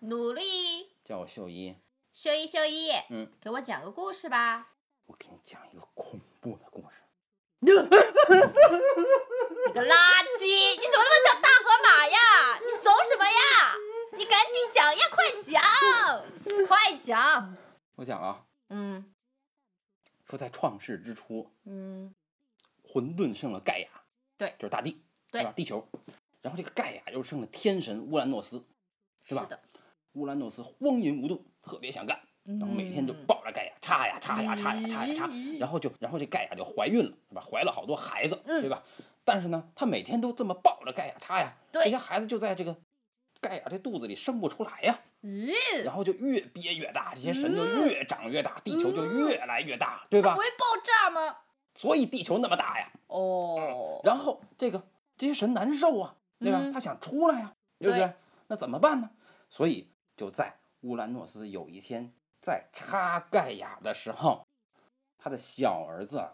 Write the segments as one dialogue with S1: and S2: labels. S1: 努力，
S2: 叫我秀一，
S1: 秀一秀一，
S2: 嗯，
S1: 给我讲个故事吧。
S2: 我给你讲一个恐怖的故事。
S1: 你个垃圾，你怎么那么像大河马呀？你怂什么呀？你赶紧讲呀，快讲，快讲。
S2: 我讲啊，
S1: 嗯
S2: 说在创世之初，
S1: 嗯
S2: 混沌生了盖亚，
S1: 对
S2: 就是大地，
S1: 对
S2: 吧？地球。然后这个盖亚又生了天神乌兰诺斯，是吧？
S1: 的，嗯
S2: 乌兰诺斯荒淫无度，特别想干，
S1: 然
S2: 然后每天就抱着盖亚插呀插呀插呀插呀插，然后就然后这盖亚就怀孕了，是吧？怀了好多孩子，
S1: 嗯
S2: 对吧？但是呢，她每天都这么抱着盖亚插呀，
S1: 对
S2: 这些孩子就在这个盖亚这肚子里生不出来呀，
S1: 咦，
S2: 然后就越憋越大，这些神就越长越大，地球就越来越大，对吧
S1: 不？会爆炸吗？
S2: 所以地球那么大呀。
S1: 哦，
S2: 然后这个这些神难受啊，对吧？
S1: 嗯
S2: 他想出来呀、对不
S1: 对
S2: 对？那怎么办呢？所以就在乌兰诺斯有一天在插盖亚的时候，他的小儿子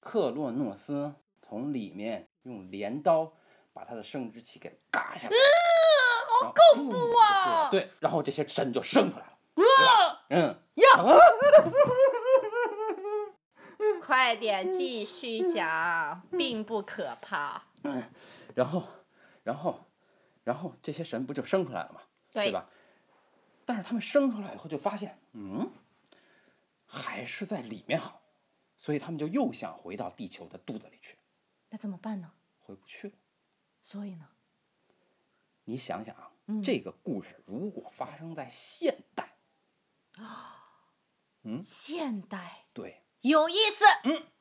S2: 克洛诺斯从里面用镰刀把他的生殖器给割下来，好恐怖
S1: 啊
S2: 对，然后这些神就生出来了。
S1: 哇
S2: 嗯，
S1: 快点继续讲，并不可怕。
S2: 然后，然后，然后这些神不就生出来了吗？对？
S1: 哎
S2: 吧？但是他们生出来以后就发现，嗯，还是在里面好，所以他们就又想回到地球的肚子里去，
S1: 那怎么办呢？
S2: 回不去了。
S1: 所以呢？
S2: 你想想啊，
S1: 嗯
S2: 这个故事如果发生在现代，
S1: 现代
S2: 对
S1: 有意思，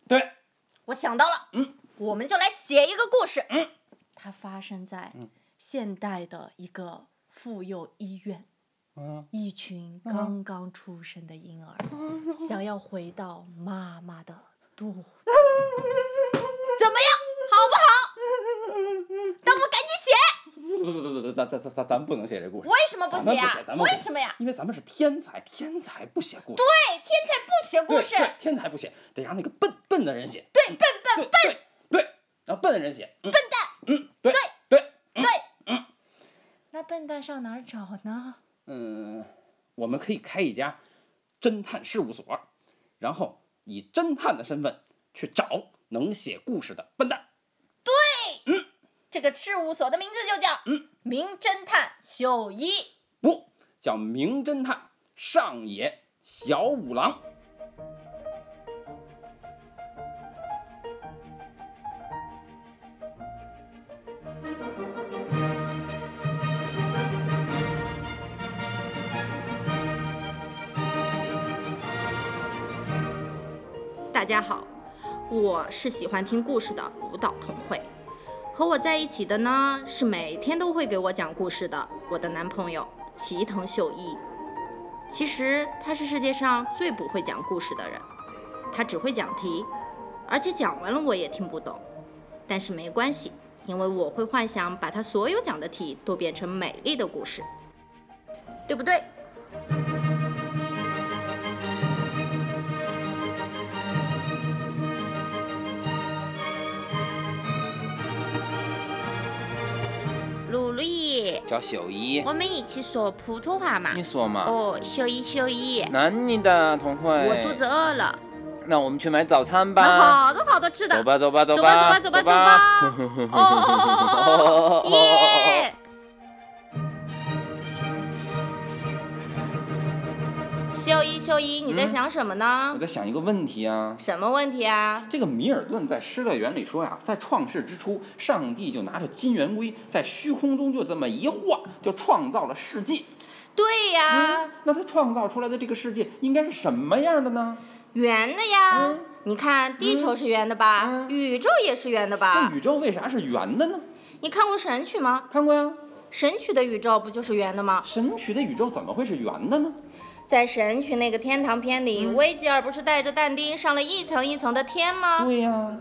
S2: 对，
S1: 我想到了，嗯，我们就来写一个故事，嗯，它发生在
S2: 嗯
S1: 现代的一个妇幼医院，
S2: 嗯，
S1: 一群刚刚出生的婴儿、
S2: 哦
S1: 想要回到妈妈的肚子， 怎么样，好不好？那我们赶紧写，
S2: 不不不不不，咱咱咱咱咱不能写这故事，
S1: 为什么不写啊？
S2: 咱们不写咱们不写
S1: 为什么呀？
S2: 因为咱们是天才，天才不写故事，
S1: 对，天才不写故
S2: 对
S1: 事，
S2: 对天才不写，得让那个笨笨的人写，
S1: 对，笨笨
S2: 对对对，让笨的人写，嗯
S1: 笨蛋，
S2: 嗯，对
S1: 对
S2: 对，
S1: 对，那笨蛋上哪儿找呢？
S2: 嗯，我们可以开一家侦探事务所，然后以侦探的身份去找能写故事的笨蛋。
S1: 这个事务所的名字就叫
S2: 嗯
S1: “名侦探秀一
S2: 不，叫名侦探上野小五郎。”。
S1: 大家好，我是喜欢听故事的舞蹈同慧，和我在一起的呢是每天都会给我讲故事的我的男朋友齐藤秀一。其实他是世界上最不会讲故事的人，他只会讲题，而且讲完了我也听不懂。但是没关系，因为我会幻想把他所有讲的题都变成美丽的故事，对不对？鲁丽，
S2: 叫小一，
S1: 我们一起说普通话嘛。
S2: 说嘛？
S1: 哦，秀一秀一，
S2: 男你的童慧
S1: 我肚子饿了，
S2: 那我们去买早餐
S1: 买好多好多吃的。
S2: 吧，走吧，
S1: 走吧走吧走吧走 吧。哦哦哦哦哦哦耶！秀一秀一，你在
S2: 嗯
S1: 想什么呢
S2: 我？在嗯想一个问题啊。
S1: 什么问题啊？
S2: 这个米尔顿在《失乐园》里说呀，在创世之初，上帝就拿着金圆规在虚空中就这么一晃，就创造了世界。嗯
S1: 对呀，
S2: 那他创造出来的这个世界应该是什么样的呢？
S1: 圆的呀
S2: 嗯。
S1: 你看，地球是圆的吧？
S2: 嗯
S1: 宇宙也是圆的
S2: 那
S1: 吧？
S2: 宇宙为啥是圆的呢？
S1: 你看过《神曲》吗？
S2: 看过呀，
S1: 《神曲》的宇宙不就是圆的吗？
S2: 神曲的宇宙怎么会是圆的呢？
S1: 在《神曲》那个天堂篇里，
S2: 嗯
S1: 维吉尔不是带着但丁上了一层一层的天吗？
S2: 对呀、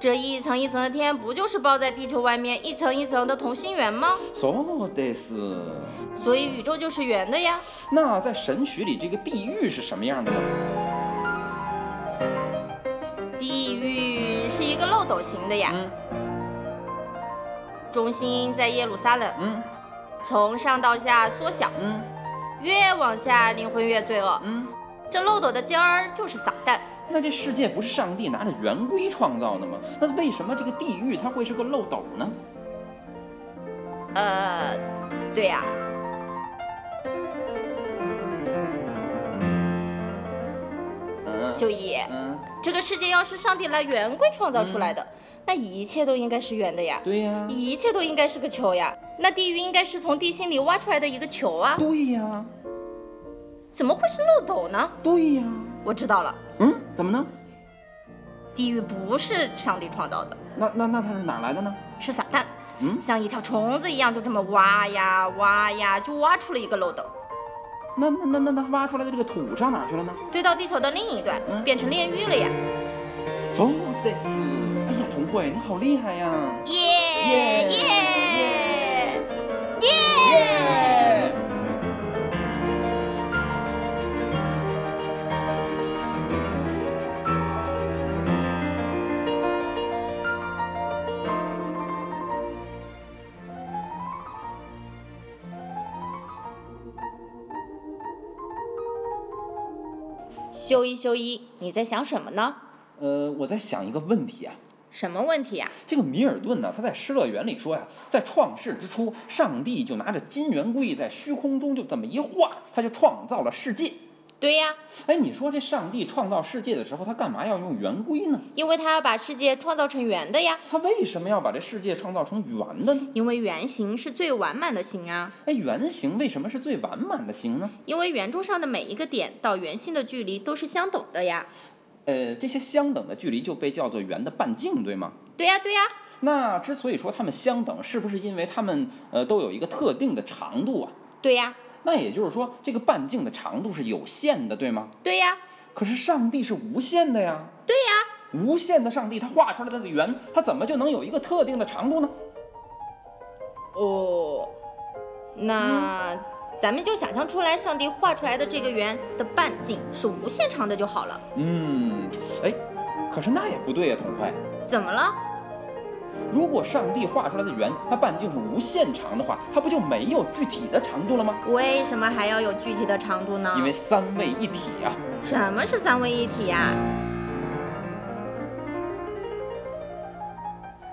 S1: 这一层一层的天，不就是包在地球外面一层一层的同心圆吗？
S2: そうです。
S1: 所以宇宙就是圆的呀。
S2: 那在神曲里这个地狱是什么样的呢？
S1: 地狱是一个漏斗形的呀，
S2: 嗯
S1: 中心在耶路撒冷，
S2: 嗯
S1: 从上到下缩小，
S2: 嗯
S1: 越往下灵魂越罪恶。
S2: 嗯，
S1: 这漏斗的尖儿就是撒旦。
S2: 那这世界不是上帝拿着圆规创造的吗？那为什么这个地狱它会是个漏斗呢？
S1: 呃，对呀、
S2: 嗯
S1: 秀一，
S2: 嗯，
S1: 这个世界要是上帝来圆规创造出来的，那一切都应该是圆的呀，
S2: 对呀、
S1: 一切都应该是个球呀。那地狱应该是从地心里挖出来的一个球啊，
S2: 对呀、
S1: 怎么会是漏斗呢？
S2: 对呀、
S1: 我知道了，
S2: 嗯，怎么呢？
S1: 地狱不是上帝创造的，
S2: 那那那它是哪来的呢？
S1: 是撒旦。
S2: 嗯，
S1: 像一条虫子一样，就这么挖呀挖呀，就挖出了一个漏斗，
S2: 那那那那那挖出来的这个土上哪儿去了呢
S1: 堆到地球的另一端，
S2: 嗯
S1: 变成炼狱了呀！
S2: ？So this，哎呀，童慧，你好厉害呀！
S1: 耶
S2: 耶
S1: 耶
S2: 耶！
S1: 修一修一，你在想什么呢？
S2: 呃，我在想一个问题啊，
S1: 什么问题呀、
S2: 这个米尔顿呢，他在《失乐园》里说呀，在创世之初，上帝就拿着金圆规在虚空中就这么一画，他就创造了世界。
S1: 对呀、
S2: 哎，你说这上帝创造世界的时候，他干嘛要用圆规呢？
S1: 因为他要把世界创造成圆的呀，
S2: 他为什么要把这世界创造成圆的呢？
S1: 因为圆形是最完满的形啊。
S2: 哎，圆形为什么是最完满的形呢？
S1: 因为圆柱上的每一个点到圆心的距离都是相等的呀。
S2: 呃，这些相等的距离就被叫做圆的半径，对吗？
S1: 对呀、对呀、
S2: 那之所以说它们相等，是不是因为它们呃都有一个特定的长度啊？
S1: 对呀、
S2: 那也就是说，这个半径的长度是有限的，对吗？
S1: 对呀、
S2: 可是上帝是无限的呀。
S1: 对呀、
S2: 无限的上帝，他画出来的圆，它怎么就能有一个特定的长度呢？
S1: 哦，那、
S2: 嗯
S1: 咱们就想象出来上帝画出来的这个圆的半径是无限长的就好了。
S2: 嗯，哎，可是那也不对呀、童慧。
S1: 怎么了？
S2: 如果上帝画出来的圆，它半径是无限长的话，它不就没有具体的长度了吗？
S1: 为什么还要有具体的长度呢？
S2: 因为三位一体啊。
S1: 什么是三位一体呀、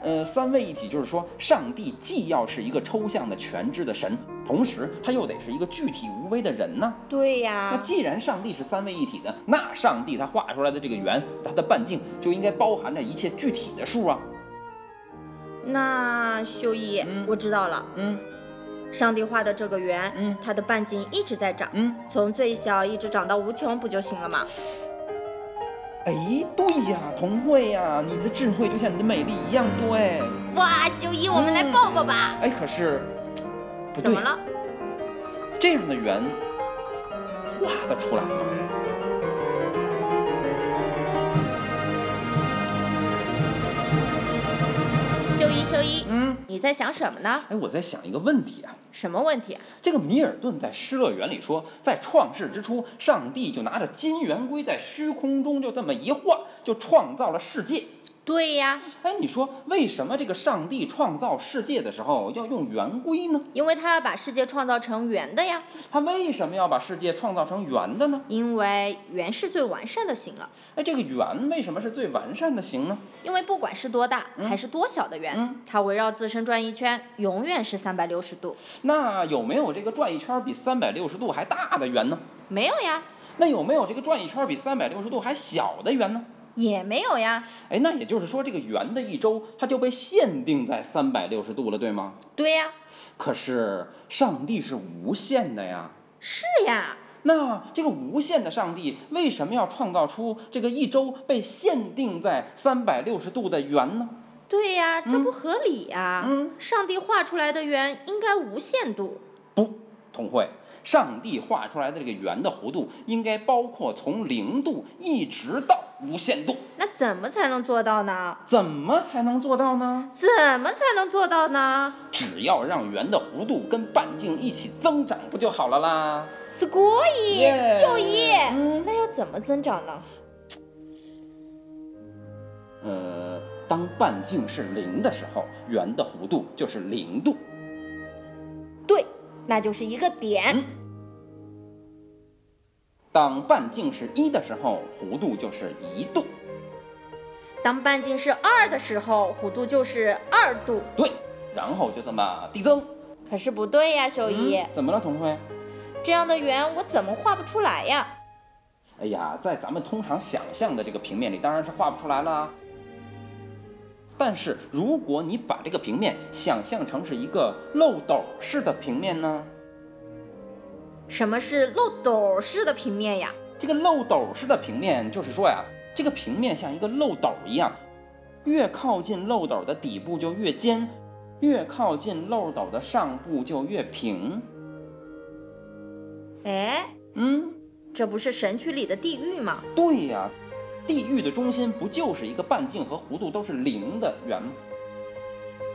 S2: 呃，三位一体就是说，上帝既要是一个抽象的全知的神，同时他又得是一个具体无为的人呢、
S1: 对呀、
S2: 那既然上帝是三位一体的，那上帝他画出来的这个圆，它的半径就应该包含着一切具体的数啊。
S1: 那秀一，
S2: 嗯
S1: 我知道了。
S2: 嗯
S1: 上帝画的这个圆，
S2: 嗯
S1: 它的半径一直在长，
S2: 嗯，
S1: 从最小一直长到无穷，不就行了吗？
S2: 哎，对呀，童慧呀，你的智慧就像你的美丽一样多哎。
S1: 哇，秀一，我们来抱抱吧。
S2: 哎，可是不对，
S1: 怎么？了？
S2: 这样的圆画得出来吗？
S1: 嗯秀一，秀一，
S2: 嗯，
S1: 你在想什么呢？
S2: 哎，我在想一个问题啊。
S1: 什么问题啊？
S2: 这个米尔顿在《失乐园》里说，在创世之初，上帝就拿着金圆规在虚空中就这么一画，就创造了世界。
S1: 对呀，
S2: 哎，你说为什么这个上帝创造世界的时候要用圆规呢？
S1: 因为他要把世界创造成圆的呀，
S2: 他为什么要把世界创造成圆的呢？
S1: 因为圆是最完善的形了。
S2: 哎，这个圆为什么是最完善的形呢？
S1: 因为不管是多大还是多小的圆，
S2: 嗯
S1: 它围绕自身转一圈，永远是三百六十度。
S2: 那有没有这个转一圈比三百六十度还大的圆呢？
S1: 没有呀，
S2: 那有没有这个转一圈比三百六十度还小的圆呢？
S1: 也没有呀。
S2: 哎，那也就是说，这个圆的一周它就被限定在三百六十度了，对吗？
S1: 对呀，
S2: 可是上帝是无限的呀，
S1: 是呀，
S2: 那这个无限的上帝为什么要创造出这个一周被限定在三百六十度的圆呢？
S1: 对呀，这不合理呀。
S2: 嗯
S1: 上帝画出来的圆应该无限度。
S2: 同慧，上帝画出来的这个圆的弧度应该包括从零度一直到无限度，
S1: 那怎么才能做到呢？
S2: 怎么才能做到呢？
S1: 怎么才能做到呢？
S2: 只要让圆的弧度跟半径一起增长，不就好了啦？
S1: すごい
S2: Yeah
S1: 秀一，
S2: 嗯
S1: 那要怎么增长呢？
S2: 呃，当半径是零的时候，圆的弧度就是零度。
S1: 对，那就是一个点。
S2: 嗯当半径是一的时候，弧度就是一度。
S1: 当半径是二的时候，弧度就是二度。
S2: 对，然后就这么递增。
S1: 可是不对呀，秀姨，
S2: 嗯怎么了，童慧？
S1: 这样的圆我怎么画不出来呀？
S2: 哎呀，在咱们通常想象的这个平面里，当然是画不出来啦。但是如果你把这个平面想象成是一个漏斗式的平面呢？
S1: 什么是漏斗式的平面呀？
S2: 这个漏斗式的平面，就是说呀，这个平面像一个漏斗一样，越靠近漏斗的底部就越尖，越靠近漏斗的上部就越平。
S1: 哎，
S2: 嗯，
S1: 这不是《神曲》里的地狱吗？
S2: 对呀、地狱的中心不就是一个半径和弧度都是零的圆吗？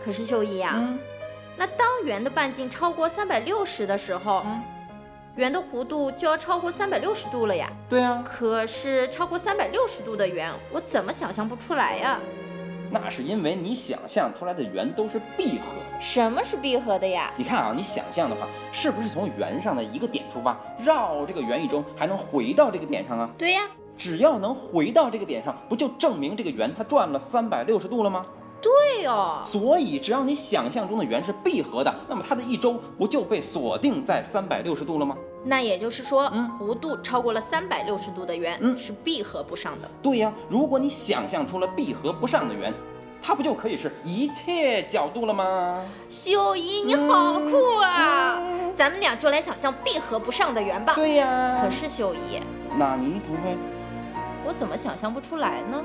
S1: 可是秀姨呀，
S2: 嗯
S1: 那当圆的半径超过三百六十的时候，
S2: 嗯，
S1: 圆的弧度就要超过三百六十度了呀。
S2: 对啊呀、
S1: 可是超过三百六十度的圆，我怎么想象不出来呀？
S2: 那是因为你想象出来的圆都是闭合的。
S1: 什么是闭合的呀？
S2: 你看啊，你想象的话，是不是从圆上的一个点出发，绕这个圆一周，还能回到这个点上啊？
S1: 对呀，
S2: 只要能回到这个点上，不就证明这个圆它转了三百六十度了吗？
S1: 对哦，
S2: 所以，只要你想象中的圆是闭合的，那么它的一周不就被锁定在三百六十度了吗？
S1: 那也就是说，
S2: 嗯
S1: 弧度超过了三百六十度的圆、
S2: 嗯
S1: 是闭合不上的。
S2: 对呀、如果你想象出了闭合不上的圆，它不就可以是一切角度了吗？
S1: 秀
S2: 嗯
S1: 姨，你好酷啊！咱们俩就来想象闭合不上的圆吧。
S2: 对呀、
S1: 啊可，是秀姨，
S2: 那您同学，
S1: 我怎么想象不出来呢？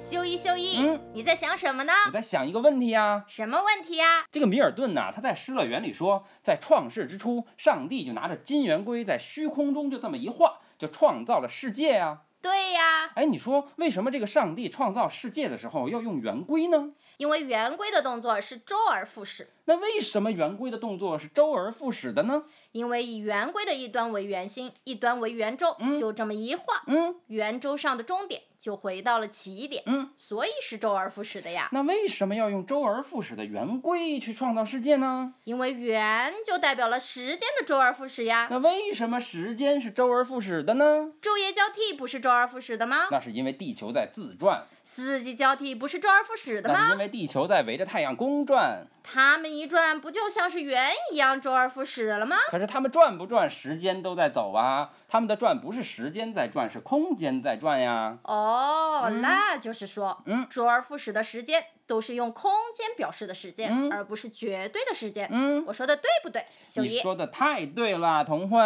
S1: 秀姨，秀姨，
S2: 嗯
S1: 你在想什么呢？
S2: 我在想一个问题呀、
S1: 什么问题啊呀、
S2: 这个米尔顿呐、他在《失乐园》里说，在创世之初，上帝就拿着金圆规在虚空中就这么一画，就创造了世界呀、
S1: 对呀，
S2: 哎，你说为什么这个上帝创造世界的时候要用圆规呢？
S1: 因为圆规的动作是周而复始，
S2: 那为什么圆规的动作是周而复始的呢？
S1: 因为以圆规的一端为圆心，一端为圆周，
S2: 嗯
S1: 就这么一画，
S2: 嗯
S1: 圆周上的终点就回到了起点，
S2: 嗯，
S1: 所以是周而复始的呀。
S2: 那为什么要用周而复始的圆规去创造世界呢？
S1: 因为圆就代表了时间的周而复始呀，
S2: 那为什么时间是周而复始的呢？
S1: 昼夜交替不是周而复始的吗？
S2: 那是因为地球在自转，
S1: 四季交替不是周而复始的
S2: 那是
S1: 吗？
S2: 因为地球在围着太阳公转。
S1: 它们一转不就像是圆一样周而复始了吗？
S2: 可是他们转不转，时间都在走啊。他们的转不是时间在转，是空间在转呀。
S1: 哦，那就是说，
S2: 嗯
S1: 周而复始的时间都是用空间表示的时间，
S2: 嗯
S1: 而不是绝对的时间。
S2: 嗯，
S1: 我说的对不对，秀
S2: 你
S1: 姨？
S2: 说的太对了，童慧。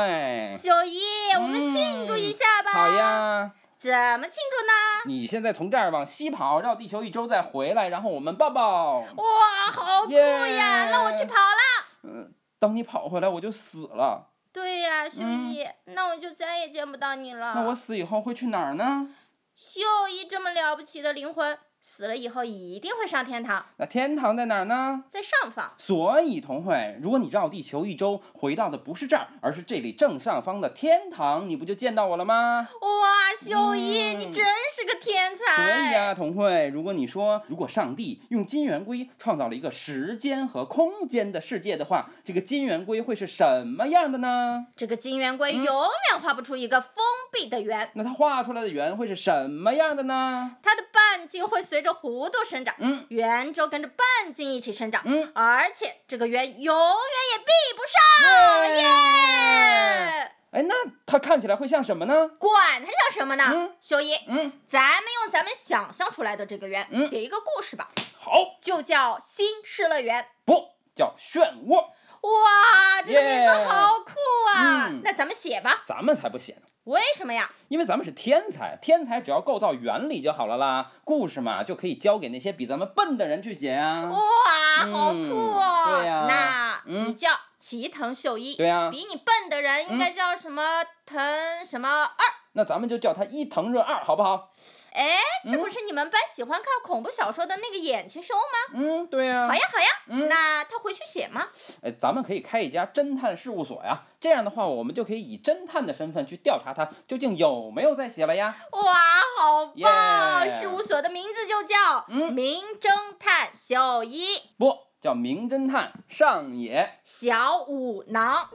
S1: 秀姨，我们庆祝一下吧！
S2: 嗯好呀，
S1: 怎么庆祝呢？
S2: 你现在从这儿往西跑，绕地球一周再回来，然后我们抱抱。
S1: 哇，好酷呀！
S2: 耶
S1: 那我去跑啦。
S2: 等你跑回来，我就死了。
S1: 对呀、秀姨，那我就再也见不到你了。
S2: 嗯那我死以后会去哪儿呢？
S1: 秀姨这么了不起的灵魂，死了以后一定会上天堂，
S2: 那天堂在哪儿呢？
S1: 在上方。
S2: 所以，童慧，如果你绕地球一周回到的不是这儿，而是这里正上方的天堂，你不就见到我了吗？
S1: 哇，秀姨，
S2: 嗯
S1: 你真是个天才！
S2: 所以啊，童慧，如果你说如果上帝用金圆规创造了一个时间和空间的世界的话，这个金圆规会是什么样的呢？
S1: 这个金圆
S2: 嗯
S1: 规永远画不出一个封闭的圆，
S2: 那它画出来的圆会是什么样的呢？
S1: 它的半径会随着弧度生长，
S2: 嗯
S1: 圆周跟着半径一起生长，
S2: 嗯，
S1: 而且这个圆永远也闭不上，
S2: 耶
S1: 耶！
S2: 哎，那它看起来会像什么呢？
S1: 管它叫什么呢？
S2: 嗯
S1: 秀一，
S2: 嗯，
S1: 咱们用咱们想象出来的这个圆、
S2: 嗯
S1: 写一个故事吧，
S2: 好，
S1: 就叫《新失乐园
S2: 不叫漩涡，》。
S1: 哇，这个名字
S2: 耶
S1: 好酷啊！
S2: 嗯
S1: 那咱们写吧，
S2: 咱们才不写呢。
S1: 为什么呀？
S2: 因为咱们是天才，天才只要构造原理就好了啦。故事嘛，就可以交给那些比咱们笨的人去写啊。
S1: 哦哇，
S2: 嗯
S1: 好酷哦！
S2: 对呀
S1: 那、
S2: 嗯
S1: 你叫齐藤秀一，
S2: 对啊呀、
S1: 比你笨的人应该叫什么藤什么二？
S2: 那咱们就叫它伊藤润二，好不好？
S1: 哎，
S2: 嗯
S1: 这不是你们班喜欢看恐怖小说的那个眼睛熊吗？
S2: 嗯，对呀、
S1: 好呀好呀，
S2: 嗯
S1: 那他回去写嘛。
S2: 哎，咱们可以开一家侦探事务所呀，这样的话，我们就可以以侦探的身份去调查他究竟有没有在写了呀。
S1: 哇，好棒！
S2: 耶
S1: 事务所的名字就叫
S2: 嗯
S1: 名侦探秀一
S2: 不叫名侦探上野。
S1: 小五郎。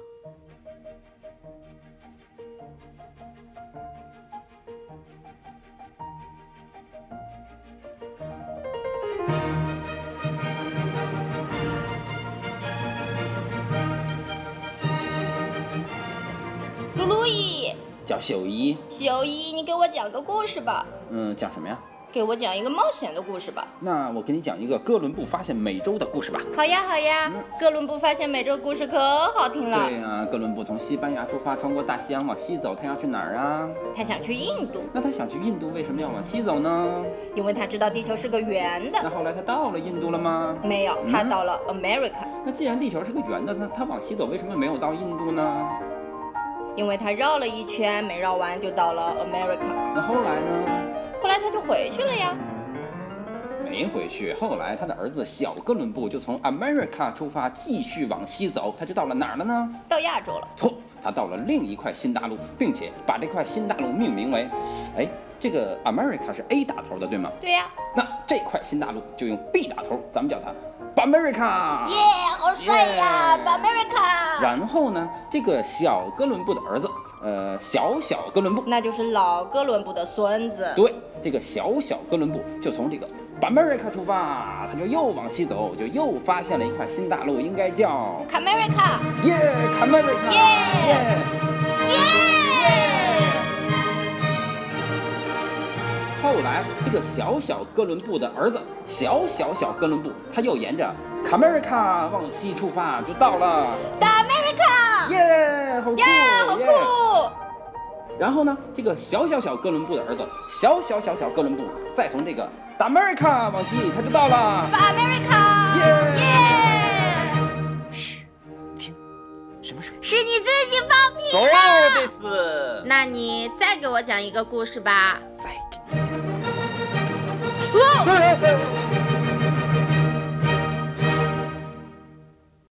S1: 路易，
S2: 叫秀一。
S1: 秀一，你给我讲个故事吧，
S2: 嗯，讲什么呀？
S1: 给我讲一个冒险的故事吧。
S2: 那我给你讲一个哥伦布发现美洲的故事吧。
S1: 好呀好呀，哥伦布发现美洲故事可好听了
S2: 对，呀、啊哥伦布从西班牙出发，穿过大西洋往西走，他要去哪儿啊？
S1: 他想去印度，
S2: 那他想去印度，为什么要往西走呢？
S1: 因为他知道地球是个圆的。
S2: 那后来他到了印度了吗？
S1: 没有，他
S2: 嗯
S1: 到了 America，
S2: 那既然地球是个圆的，那他往西走为什么没有到印度呢？
S1: 因为他绕了一圈没绕完就到了 America，
S2: 那后来呢？
S1: 后来他就回去了呀。
S2: 没回去。后来他的儿子小哥伦布就从 America 出发，继续往西走，他就到了哪儿了
S3: 嗯
S2: 呢？
S1: 到亚洲了，
S2: 错，他到了另一块新大陆，并且把这块新大陆命名为，哎，这个 America 是 A 打头的，对吗？
S1: 对呀、
S2: 那这块新大陆就用 B 打头，咱们叫它 America。
S1: 耶，好帅呀
S2: Yeah
S1: ，America。
S2: 然后呢，这个小哥伦布的儿子，呃，小小哥伦布，
S1: 那就是老哥伦布的孙子。
S2: 对，这个小小哥伦布就从这个 America 出发，他就又往西走，就又发现了一块新大陆，应该叫
S1: America，
S2: 耶 America。
S1: Yeah 耶！
S2: 后来，这个小小哥伦布的儿子小小小哥伦布，他又沿着 America 往西出发，就到了
S1: 大 America，
S2: 耶好酷，
S1: 耶，好
S2: 耶
S1: 酷！
S2: 然后呢，这个小小小哥伦布的儿子，小小小小哥伦布，再从这个达美 c 卡往西，他就到了。
S1: 大 America，
S2: 耶
S1: 耶！
S3: 什么事？
S1: 是你自己放屁。
S3: そうです。
S1: 那你再给我讲一个故事吧。
S3: 再